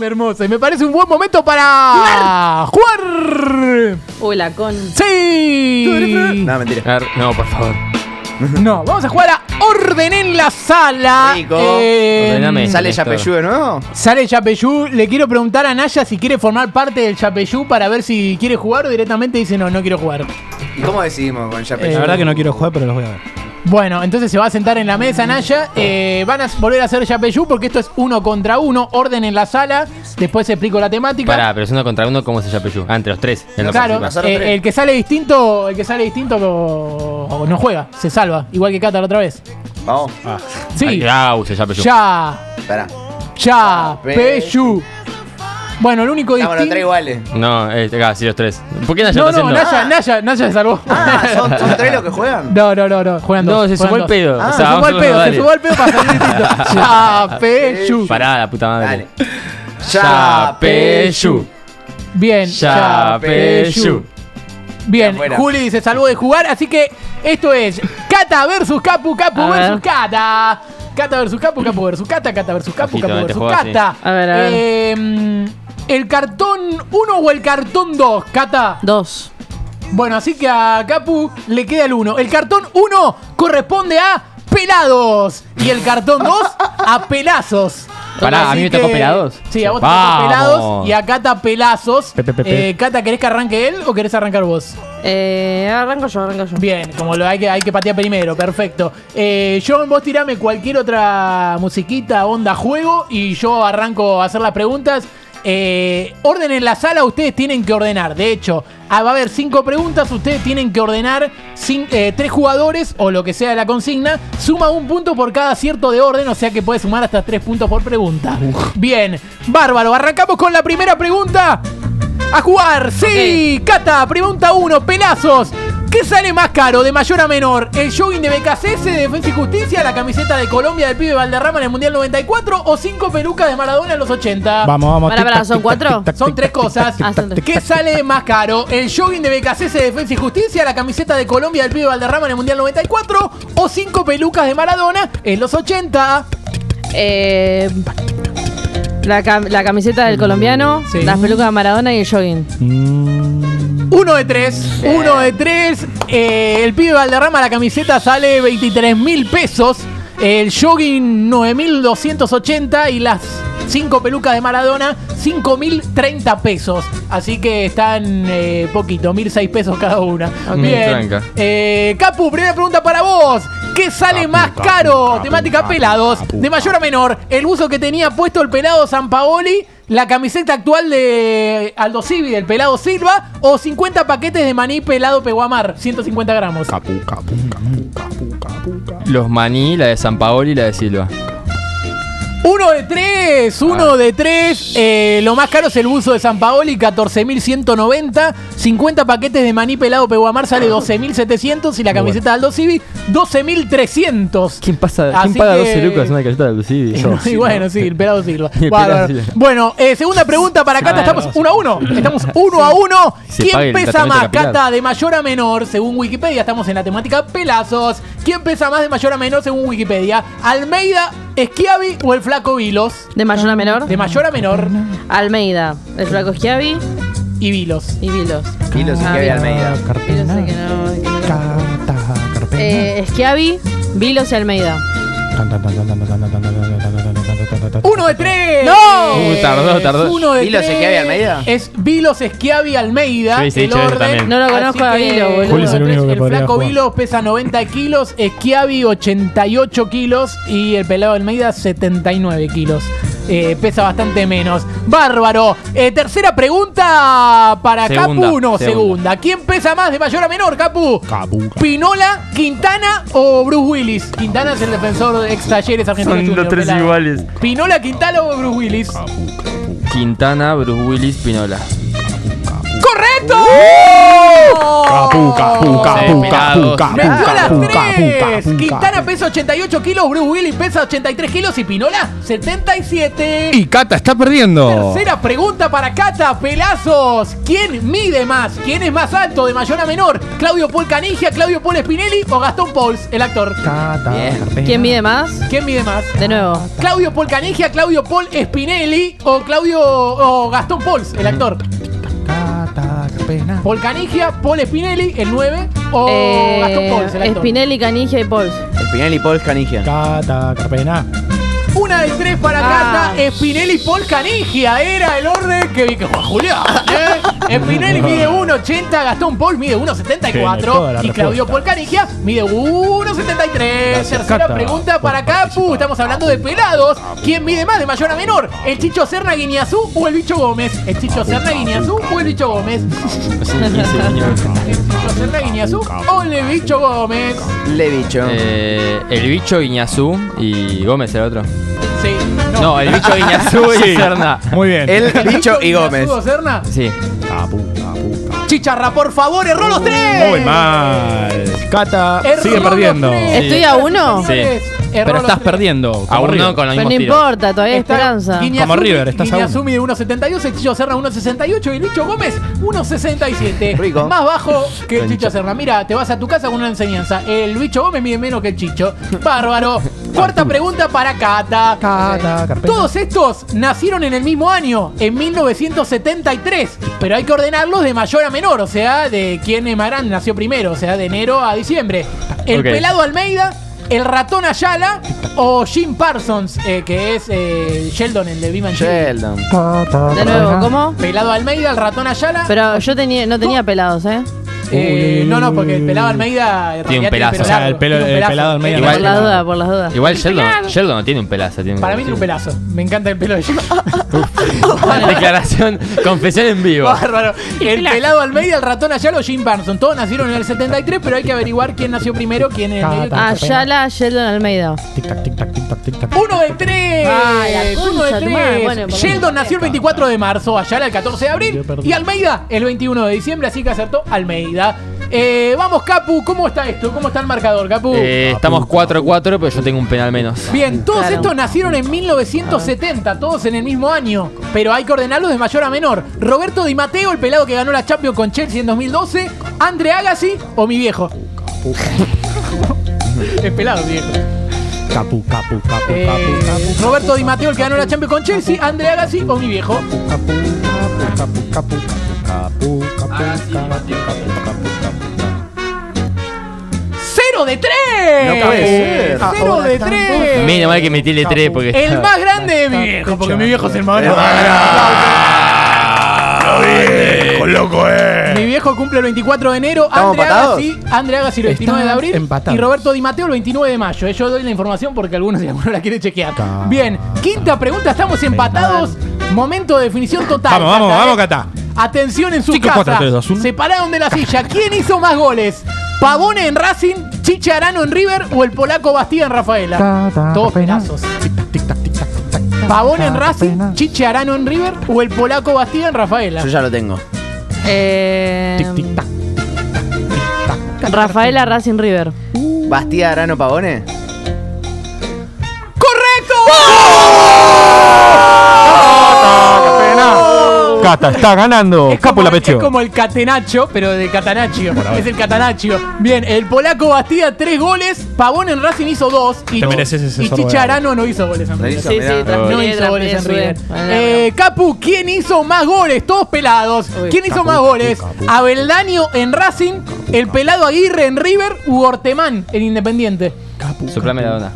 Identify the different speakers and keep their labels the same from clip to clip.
Speaker 1: Hermosa. Y me parece un buen momento para jugar.
Speaker 2: Uy, la con.
Speaker 1: Sí.
Speaker 3: No, mentira.
Speaker 4: A ver, No, por favor.
Speaker 1: No, vamos a jugar a Orden en la sala.
Speaker 3: Rico.
Speaker 1: Eh,
Speaker 4: Ordename.
Speaker 3: ¿Sale
Speaker 4: Néstor.
Speaker 3: Yapeyú de nuevo?
Speaker 1: Sale Yapeyú, le quiero preguntar a Naya si quiere formar parte del Yapeyú para ver si quiere jugar o directamente dice no, no quiero jugar.
Speaker 3: ¿Y cómo decidimos con Yapeyú?
Speaker 1: Eh,
Speaker 5: La verdad que no quiero jugar, pero los voy a ver.
Speaker 1: Bueno, entonces se va a sentar en la mesa Naya. eh, van a volver a hacer Yapeyú porque esto es uno contra uno, orden en la sala. Después explico la temática.
Speaker 4: Pará, pero es uno contra uno, ¿cómo se llama Peyú? Ah, entre los tres. en la
Speaker 1: Claro,
Speaker 4: participa.
Speaker 3: Pasaron
Speaker 1: eh,
Speaker 3: tres.
Speaker 1: el que sale distinto, el que sale distinto o- o no juega, se salva, igual que Qatar otra vez.
Speaker 3: Vamos.
Speaker 1: Sí,
Speaker 4: Ah, uh, se llama Peyú.
Speaker 1: ya,
Speaker 3: Pará.
Speaker 1: ya, Peyu. Bueno, el único
Speaker 3: Estamos los tres
Speaker 1: distinto.
Speaker 3: iguales.
Speaker 4: No, eh, acá, sí, los tres. ¿Por qué Naya
Speaker 1: No,
Speaker 4: está
Speaker 1: no,
Speaker 4: haciendo?
Speaker 1: Naya, Naya, Naya se salvó.
Speaker 3: Ah, ¿son, son tres los que juegan?
Speaker 1: No, no, no, no, juegan
Speaker 4: No,
Speaker 1: dos.
Speaker 4: se
Speaker 1: juegan
Speaker 4: sumó el
Speaker 1: dos.
Speaker 4: pedo.
Speaker 3: Ah,
Speaker 4: o
Speaker 1: Se
Speaker 4: sea,
Speaker 1: sumó
Speaker 4: vamos
Speaker 1: al
Speaker 4: a hacerlo,
Speaker 1: pedo, se
Speaker 4: dale.
Speaker 1: sumó al pedo para salir distinto. Ya, Peyu.
Speaker 4: Pará, la puta madre.
Speaker 3: Dale.
Speaker 4: Yapeyú.
Speaker 1: Bien, ya,
Speaker 4: Yapeyú.
Speaker 1: Bien,
Speaker 3: Afuera.
Speaker 1: Juli se salvó de jugar, así que esto es Cata versus Capu, Capu
Speaker 2: A
Speaker 1: versus
Speaker 2: ver.
Speaker 1: Cata. Cata versus Capu, Capu versus Cata, Cata versus Capu,
Speaker 4: Capito,
Speaker 1: Capu
Speaker 4: te
Speaker 1: versus
Speaker 4: este juego así.
Speaker 1: Cata.
Speaker 2: A ver, a ver.
Speaker 1: Em, ¿El cartón 1 o el cartón 2, Cata?
Speaker 2: Dos.
Speaker 1: Bueno, así que a Capu le queda el 1. El cartón 1 corresponde a pelados y el cartón 2 a pelazos.
Speaker 4: Pará,
Speaker 1: Así
Speaker 4: ¿a mí me tocó pelados?
Speaker 1: Sí, a vos
Speaker 4: Vamos.
Speaker 1: te tocó pelados y a Cata pelazos.
Speaker 5: Pe, pe, pe, pe.
Speaker 1: Eh, Cata, ¿querés que arranque él o querés arrancar vos?
Speaker 2: Eh, arranco yo, arranco yo.
Speaker 1: Bien, como lo hay que, hay que patear primero, perfecto. Eh, John, vos tirame cualquier otra musiquita, onda, juego y yo arranco a hacer las preguntas. Eh, orden en la sala, ustedes tienen que ordenar. De hecho, ah, va a haber cinco preguntas, ustedes tienen que ordenar cin- eh, tres jugadores o lo que sea la consigna. Suma un punto por cada acierto de orden, o sea que puede sumar hasta tres puntos por pregunta. Bien, bárbaro, arrancamos con la primera pregunta. A jugar, sí, Cata, pregunta uno, pelazos. ¿Qué sale más caro, de mayor a menor? ¿El jogging de BKCS de Defensa y Justicia, la camiseta de Colombia del pibe Valderrama en el Mundial 94 o cinco pelucas de Maradona en los 80?
Speaker 5: Vamos, vamos.
Speaker 2: Pará,
Speaker 5: tic,
Speaker 2: pará,
Speaker 5: tac,
Speaker 2: ¿son
Speaker 5: tic,
Speaker 2: cuatro?
Speaker 5: tac, tic, tac,
Speaker 1: Son
Speaker 5: tic,
Speaker 1: tres
Speaker 5: tac, tic,
Speaker 1: cosas.
Speaker 5: tac,
Speaker 2: Ah, son
Speaker 5: tic,
Speaker 2: tres.
Speaker 1: ¿Qué
Speaker 5: tac,
Speaker 1: sale más caro? ¿El jogging de BKCS de Defensa y Justicia, la camiseta de Colombia del pibe Valderrama en el Mundial 94 o cinco pelucas de Maradona en los 80?
Speaker 2: Eh, la, cam- la camiseta del colombiano,
Speaker 1: Sí.
Speaker 2: las pelucas de Maradona y el jogging.
Speaker 1: Uno de tres, uno de tres. Eh, el pibe Valderrama, la camiseta sale 23 mil pesos. El jogging 9.280 y las cinco pelucas de Maradona 5.030 pesos. Así que están eh, poquito, 1.006 pesos cada una.
Speaker 4: Mm,
Speaker 1: Bien.
Speaker 4: tranca.
Speaker 1: Eh, Capu, primera pregunta para vos. ¿Qué sale más caro? Temática pelados. de mayor a menor. El buzo que tenía puesto el pelado San Paoli. La camiseta actual de Aldo Civi, del pelado Silva. O 50 paquetes de maní pelado Peguamar. 150 gramos.
Speaker 4: Los maní, la de San Paolo y la de Silva.
Speaker 1: Uno de tres, uno de tres. Eh, lo más caro es el buzo de San Paoli, 14.190. 50 paquetes de maní pelado Peguamar sale 12.700. Y la camiseta de Aldo Civi, 12.300.
Speaker 4: ¿Quién, pasa,
Speaker 1: Así
Speaker 4: ¿quién paga
Speaker 1: que-
Speaker 4: 12 lucas en una calleta de Lucidi?
Speaker 1: Sí, bueno, sí, el pelado Silva.
Speaker 4: El pelado
Speaker 1: Bárbaro.
Speaker 4: Silva.
Speaker 1: Bueno, eh, segunda pregunta para Cata. Estamos 1 a 1. Estamos 1 a 1.
Speaker 4: Se paga
Speaker 1: ¿Quién
Speaker 4: el
Speaker 1: pesa
Speaker 4: tratamiento
Speaker 1: más,
Speaker 4: capilar.
Speaker 1: Cata, de mayor a menor? Según Wikipedia, estamos en la temática pelazos. ¿Quién pesa más de mayor a menor según Wikipedia? ¿Almeida, Esquiavi o el Flaco Vilos?
Speaker 2: De mayor a menor,
Speaker 1: De mayor a menor
Speaker 2: Almeida, el flaco Schiavi
Speaker 1: y Vilos.
Speaker 2: y Vilos.
Speaker 3: Y los
Speaker 2: Ah,
Speaker 3: Esquiavi
Speaker 2: bien.
Speaker 3: Almeida.
Speaker 5: tac.
Speaker 2: Vilos
Speaker 5: Carpena,
Speaker 2: sé que no- que no-
Speaker 5: cata, carpena.
Speaker 2: Eh, Schiavi, Vilos y Almeida.
Speaker 5: Tan, tan, tan, tan, tan, tan, tan, tan, tan, tan, tan, tan, tan, tan, tan, tan.
Speaker 1: ¡Uno de tres!
Speaker 2: ¡No!
Speaker 4: Uh, tardó, tardó.
Speaker 1: Uno de
Speaker 3: ¿Vilos,
Speaker 1: tres.
Speaker 3: Esquiavi, Almeida?
Speaker 1: Es Vilos, Esquiavi, Almeida.
Speaker 4: Yo hubiese
Speaker 1: el
Speaker 4: dicho eso
Speaker 1: orden.
Speaker 4: también.
Speaker 2: No lo conozco a
Speaker 1: Así que,
Speaker 2: Vilo, boludo.
Speaker 5: Juli es el único que
Speaker 1: el
Speaker 5: podría
Speaker 1: flaco
Speaker 5: jugar.
Speaker 1: Vilo pesa 90 kilos, Esquiavi 88 kilos y el pelado Almeida 79 kilos. Eh, pesa bastante menos. Bárbaro. Eh, tercera pregunta para
Speaker 4: Segunda,
Speaker 1: Capu. No, segunda.
Speaker 4: segunda.
Speaker 1: ¿Quién pesa más de mayor a menor, Capu?
Speaker 5: Cabu, cabu.
Speaker 1: ¿Pinola, Quintana o Bruce Willis? Quintana es el defensor de ex talleres argentino.
Speaker 4: Son los
Speaker 1: Junior,
Speaker 4: tres
Speaker 1: pelado.
Speaker 4: iguales.
Speaker 1: ¿Pinola, Quintana o Bruce Willis?
Speaker 4: Quintana, Bruce Willis, Pinola.
Speaker 1: ¡Correcto! Oh. ¡Reto!
Speaker 5: Uh. Puca, puca, puca,
Speaker 4: Desesperados.
Speaker 5: puca,
Speaker 1: Metió
Speaker 5: puca,
Speaker 1: las
Speaker 5: puca, puca,
Speaker 1: tres.
Speaker 5: puca.
Speaker 1: Quintana pesa 88 kilos, Bruce Willis pesa 83 kilos y Pinola 77.
Speaker 5: Y Cata está perdiendo.
Speaker 1: Tercera pregunta para Cata, pelazos. ¿Quién mide más? ¿Quién es más alto, de mayor a menor? ¿Claudio Paul Canigia, Claudio Paul Spinelli o Gastón Pauls, el actor?
Speaker 5: Cata,
Speaker 3: Bien.
Speaker 5: Carpena.
Speaker 2: ¿Quién mide más?
Speaker 1: ¿Quién mide más?
Speaker 2: De nuevo.
Speaker 1: ¿Claudio Paul Canigia, Claudio Paul Spinelli o Claudio o Gastón Pauls, el actor?
Speaker 5: Cata, Carpena.
Speaker 1: Paul Canigia, Paul Spinelli, el 9 o
Speaker 2: Eh,
Speaker 1: Gastón Pauls, el actor.
Speaker 2: Spinelli, Canigia y Pauls.
Speaker 3: Espinel y Paul Canigian.
Speaker 5: Cata, Carpena.
Speaker 1: Una de tres para
Speaker 2: Ah.
Speaker 1: Cata, Spinelli Paul Canigia. Era el orden que vi que Juan Julián. ¿eh? Spinelli mide 1,80, Gastón Paul mide
Speaker 5: Genio, toda
Speaker 1: 1,74
Speaker 5: la
Speaker 1: y Claudio Paul Canigia mide 1,73. Tercera
Speaker 5: Cata,
Speaker 1: pregunta para
Speaker 5: por
Speaker 1: Capu. Estamos hablando de pelados. ¿Quién mide más, de mayor a menor? ¿El Chicho Serna Guiñazú o el Bicho Gómez? ¿El Chicho Serna Guiñazú o el Bicho Gómez? ¿El Chicho Serna Guiñazú o el Bicho Gómez?
Speaker 3: Le bicho.
Speaker 4: Eh, el bicho Iñazú y Gómez el otro.
Speaker 1: Sí.
Speaker 4: No, el bicho Iñazú y Serna.
Speaker 5: Muy bien.
Speaker 3: El bicho y Gómez.
Speaker 1: Guiñazú o Serna?
Speaker 4: Sí.
Speaker 1: Chicharra, por favor, erró los tres.
Speaker 5: Muy mal. Cata
Speaker 1: Erró
Speaker 5: sigue
Speaker 1: los
Speaker 5: perdiendo.
Speaker 1: tres.
Speaker 2: ¿Estoy a uno?
Speaker 4: Sí.
Speaker 1: Señores, erró
Speaker 4: Pero
Speaker 1: los
Speaker 4: estás
Speaker 1: tres.
Speaker 4: perdiendo. A
Speaker 5: Como
Speaker 4: uno
Speaker 5: River.
Speaker 4: con los
Speaker 2: Pero no
Speaker 4: mismos tiros.
Speaker 2: importa, todavía
Speaker 5: ¿eh?
Speaker 2: hay
Speaker 1: Está
Speaker 2: esperanza.
Speaker 1: Guiñazú-
Speaker 5: Como River, estás a uno.
Speaker 1: Guiñazú mide 1.72, el Chicho Serna 1.68 y Lucho Gómez 1.67.
Speaker 3: Rico.
Speaker 1: Más bajo que el Chicho Serna. Mira, te vas a tu casa con una enseñanza. El Lucho Gómez mide menos que el Chicho. Bárbaro. Cuarta pregunta para Cata.
Speaker 5: Cata, Carpena.
Speaker 1: Todos estos nacieron en el mismo año, en 1973. Pero hay que ordenarlos de mayor a menor, o sea, de quién es más grande, nació primero, o sea, de enero a diciembre. El
Speaker 4: Ok.
Speaker 1: pelado Almeida, el ratón Ayala o Jim Parsons, eh, que es eh, Sheldon, el de Biman
Speaker 3: Sheldon.
Speaker 2: De nuevo, ¿cómo?
Speaker 1: Pelado Almeida, el ratón Ayala.
Speaker 2: Pero yo tenía, no tenía pelados, ¿eh?
Speaker 1: eh,
Speaker 5: Uy.
Speaker 1: no, no, porque el pelado Almeida. en
Speaker 4: Tiene un
Speaker 1: realidad
Speaker 4: pelazo.
Speaker 1: pelo
Speaker 4: O sea,
Speaker 1: largo,
Speaker 5: el pelo-
Speaker 1: tiene un
Speaker 5: el
Speaker 1: pelazo.
Speaker 5: pelado Almeida
Speaker 2: Por
Speaker 4: Igual-
Speaker 2: las dudas, por las dudas.
Speaker 4: Igual Sheldon, Sheldon no tiene un pelazo. Tiene
Speaker 1: Para mí tiene un pelazo. Me encanta el pelo de Sheldon.
Speaker 4: Declaración, confesión en vivo.
Speaker 1: Bárbaro. El pelado Almeida, el ratón Ayala o Jim Parsons. Todos nacieron en el 73, pero hay que averiguar quién nació primero, quién en el medio.
Speaker 2: Ah,
Speaker 5: Cata.
Speaker 2: Ayala, Sheldon Almeida.
Speaker 5: Tic tac, tic tac, tic tac, tic tac.
Speaker 1: Uno de tres.
Speaker 2: Ay, la
Speaker 1: Uno de
Speaker 2: concha de tu madre. Bueno,
Speaker 1: tres.
Speaker 2: vamos.
Speaker 1: Sheldon nació el 24 de marzo, Ayala el 14 de abril.
Speaker 5: Yo perdí.
Speaker 1: Y Almeida el 21 de diciembre, así que acertó Almeida. Eh, vamos, Capu, ¿cómo está esto? ¿Cómo está el marcador, Capu?
Speaker 4: Eh, estamos 4-4, pero yo tengo un penal menos.
Speaker 1: Bien, todos
Speaker 2: Claro.
Speaker 1: estos nacieron en 1970, todos en el mismo año, pero hay que ordenarlos de mayor a menor. Roberto Di Matteo, el pelado que ganó la Champions con Chelsea en 2012, Andre Agassi o mi viejo. es pelado, mi viejo.
Speaker 5: Capu, capu, capu,
Speaker 1: Eh,
Speaker 5: capu, capu.
Speaker 1: Roberto Di Matteo, el que ganó la Champions con Chelsea, Andre Agassi o mi viejo.
Speaker 5: Capu, capu, capu, capu, capu, capu, capu, capu, capu.
Speaker 1: ¡Cero de tres!
Speaker 3: No puede ser.
Speaker 1: ¡Cero de tres!
Speaker 4: Menos mal que metí el 3 porque.
Speaker 1: El más grande de mi viejo, porque mi viejo es el
Speaker 3: Eh,
Speaker 1: más grande. Mi viejo cumple el 24 de enero,
Speaker 3: ¿Estamos
Speaker 1: Andre
Speaker 3: empatados?
Speaker 1: Agassi, Andre Agassi el 29 de
Speaker 5: Estamos
Speaker 1: abril
Speaker 5: empatados.
Speaker 1: y Roberto Di Matteo el 29 de mayo. Eh, Yo doy la información porque algunos si alguno la quiere chequear.
Speaker 5: Cata.
Speaker 1: Bien, quinta pregunta, estamos empatados. Momento de definición total.
Speaker 5: Vamos, vamos,
Speaker 1: eh.
Speaker 5: vamos, Cata.
Speaker 1: Atención en su
Speaker 5: Cinco, cuatro,
Speaker 1: casa.
Speaker 5: tres, dos, uno.
Speaker 1: Se pararon de la silla. ¿Quién hizo más goles? ¿Pavone en Racing, Chicharano en River o el polaco Bastida en Rafaela? Todos pedazos.
Speaker 5: Tic tac, tic tac, tic tac, tic tac.
Speaker 1: ¿Pavón en Racing, Em. Chicharano en River o el polaco Bastida en Rafaela?
Speaker 3: Yo ya lo tengo.
Speaker 2: Eh,
Speaker 5: Tic tic tac.
Speaker 2: Rafaela Racing River.
Speaker 3: Bastida Arano Pavone.
Speaker 1: ¡Correcto!
Speaker 5: Cata está ganando.
Speaker 1: Es como, es como el catenacho, pero de catanaccio. Es el catanaccio. Bien, el polaco Bastida, tres goles. Pavón en Racing hizo dos. Y,
Speaker 5: Te mereces ese
Speaker 1: y
Speaker 5: sorbo de
Speaker 1: Chicharano no hizo goles en
Speaker 3: No
Speaker 1: River.
Speaker 3: hizo, mirá.
Speaker 1: No
Speaker 2: transferí,
Speaker 1: hizo goles en
Speaker 2: transferí,
Speaker 1: River.
Speaker 2: sube. Vale,
Speaker 1: Eh, Capu, ¿quién hizo más goles? Todos pelados. ¿Quién hizo más goles? ¿Abeldaño en Racing? ¿El pelado Aguirre en River? ¿U Ortemán en Independiente?
Speaker 4: Soplame la dona.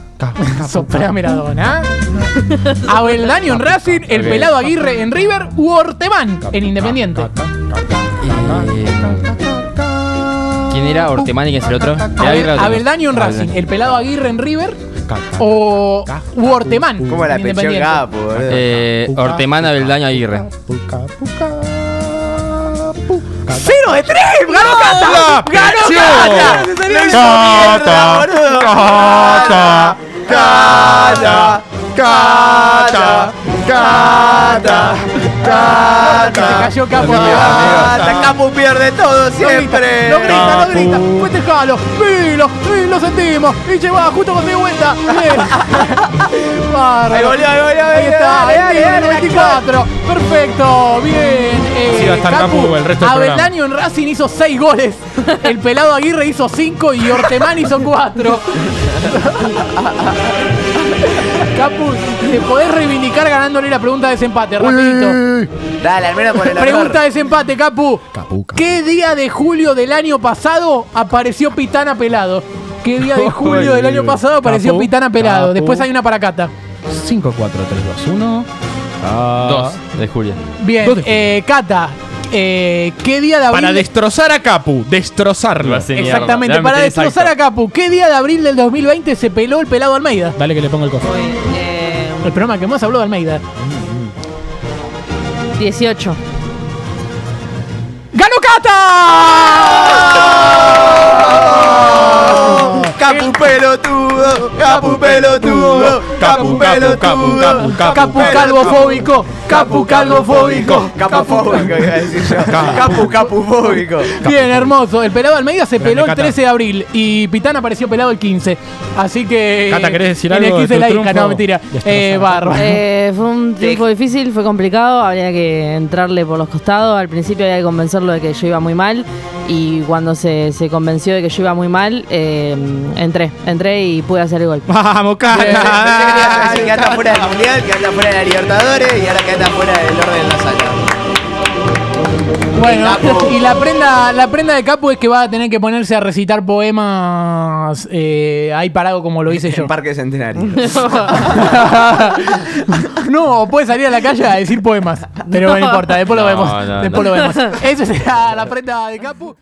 Speaker 1: Soprame la dona. ¿ah? Abeldaño en Racing, el
Speaker 4: Ok.
Speaker 1: pelado Aguirre en River, u Ortemán en Independiente.
Speaker 4: Eh, ¿Quién era Ortemán y quién es el otro? Era
Speaker 1: Ah, Abel-
Speaker 4: Aguirre o Ortemán. Ah,
Speaker 1: Abeldaño en Racing, el pelado Aguirre en River, Oh. o u Ortemán.
Speaker 3: ¿Cómo la Ah,
Speaker 1: en
Speaker 3: pechó el
Speaker 1: Independiente.
Speaker 3: capo, boludo?
Speaker 4: Eh, Ortemán, Abeldaño, Aguirre.
Speaker 1: ¡Cero de tres! ¡Ganó Cata! ¡Ganó Cata!
Speaker 3: ¡Le hizo mierda, boludo!
Speaker 5: Cata,
Speaker 3: Cata, Cata, Cata,
Speaker 1: Se cayó Capo.
Speaker 4: Amigo,
Speaker 1: Ah,
Speaker 4: amigo.
Speaker 1: está Capo.
Speaker 3: Capu pierde todo
Speaker 1: No grita,
Speaker 3: siempre. Ah.
Speaker 1: no grita, no
Speaker 4: Capu.
Speaker 1: grita. Festejalo, vilo, y lo sentimos. Y lleva justo con mi vuelta. Bien. Bárbaro.
Speaker 3: Ahí volvió, ahí volvió, ahí
Speaker 1: Ahí está,
Speaker 3: volvió, dale,
Speaker 1: el
Speaker 3: dale,
Speaker 1: 24. Perfecto, bien. Eh,
Speaker 5: Sí, va a estar Capu el resto del programa.
Speaker 1: Avendaño en Racing hizo 6 goles. El pelado Aguirre hizo 5 y Ortemán hizo 4. Capu, te podés reivindicar ganándole la pregunta de desempate, rapidito.
Speaker 3: Dale, al menos por el
Speaker 1: Pregunta de
Speaker 3: honor.
Speaker 1: desempate, Capu.
Speaker 5: Capu, capu.
Speaker 1: ¿Qué día de julio del año pasado apareció Pitana Pelado? ¿Qué día de julio del año pasado apareció
Speaker 5: Capu,
Speaker 1: Pitana Pelado?
Speaker 5: capu.
Speaker 1: Después hay una para Cata.
Speaker 5: 5, 4, 3, 2, 1.
Speaker 1: Ah.
Speaker 5: Ah.
Speaker 4: 2 de julio.
Speaker 1: Bien,
Speaker 5: ¿Dónde?
Speaker 1: eh, Cata, eh, ¿qué día de abril?
Speaker 5: Para destrozar a Capu, destrozarlo.
Speaker 4: Lo hace mierda.
Speaker 1: Exactamente,
Speaker 4: Dame
Speaker 1: para
Speaker 4: tres
Speaker 1: destrozar a
Speaker 4: exactos.
Speaker 1: Capu, ¿qué día de abril del 2020 se peló el pelado Almeida?
Speaker 5: Dale que le pongo el cofre.
Speaker 2: Uy, eh,
Speaker 1: El programa que más habló de Almeida.
Speaker 2: 18.
Speaker 1: ¡Ganó Cata!
Speaker 3: Capu pelotudo, Capu pelotudo, Capu pelotudo,
Speaker 1: Capu calvofóbico, Capu calvofóbico.
Speaker 3: Capufóbico, iba a decir yo. Capu, capufóbico.
Speaker 1: Bien, hermoso. El pelado Almeida se
Speaker 5: Grande,
Speaker 1: peló el
Speaker 5: Cata.
Speaker 1: 13 de abril y Pitán apareció pelado el 15. Así que.
Speaker 5: Cata, ¿querés decir
Speaker 1: en
Speaker 5: algo
Speaker 1: el
Speaker 5: de
Speaker 1: 15
Speaker 5: tu
Speaker 1: la hija,
Speaker 5: triunfo?
Speaker 1: no, mentira.
Speaker 5: Destrozada.
Speaker 1: Eh, bárbaro.
Speaker 2: Eh, fue un triunfo
Speaker 3: Te-
Speaker 2: difícil, fue complicado, habría que entrarle por los costados. Al principio había que convencerlo de que yo iba muy mal y cuando se, se convenció de que yo iba muy mal, eh, entré, entré y pude hacer el gol.
Speaker 5: Vamos,
Speaker 1: Bien, pensé
Speaker 3: Pensé que te ibas a
Speaker 5: Cata.
Speaker 3: decir que anda fuera del mundial, que anda fuera de la Libertadores y ahora que anda fuera del orden de la sala.
Speaker 1: bueno,
Speaker 3: Capo.
Speaker 1: y la prenda, la prenda de Capu es que va a tener que ponerse a recitar poemas eh, ahí parado como lo hice yo.
Speaker 3: En Parque Centenario.
Speaker 1: no, o puede salir a la calle a decir poemas. Pero no importa, después lo
Speaker 4: No,
Speaker 1: vemos.
Speaker 4: no,
Speaker 1: después
Speaker 4: no.
Speaker 1: lo vemos. Esa será la prenda de Capu.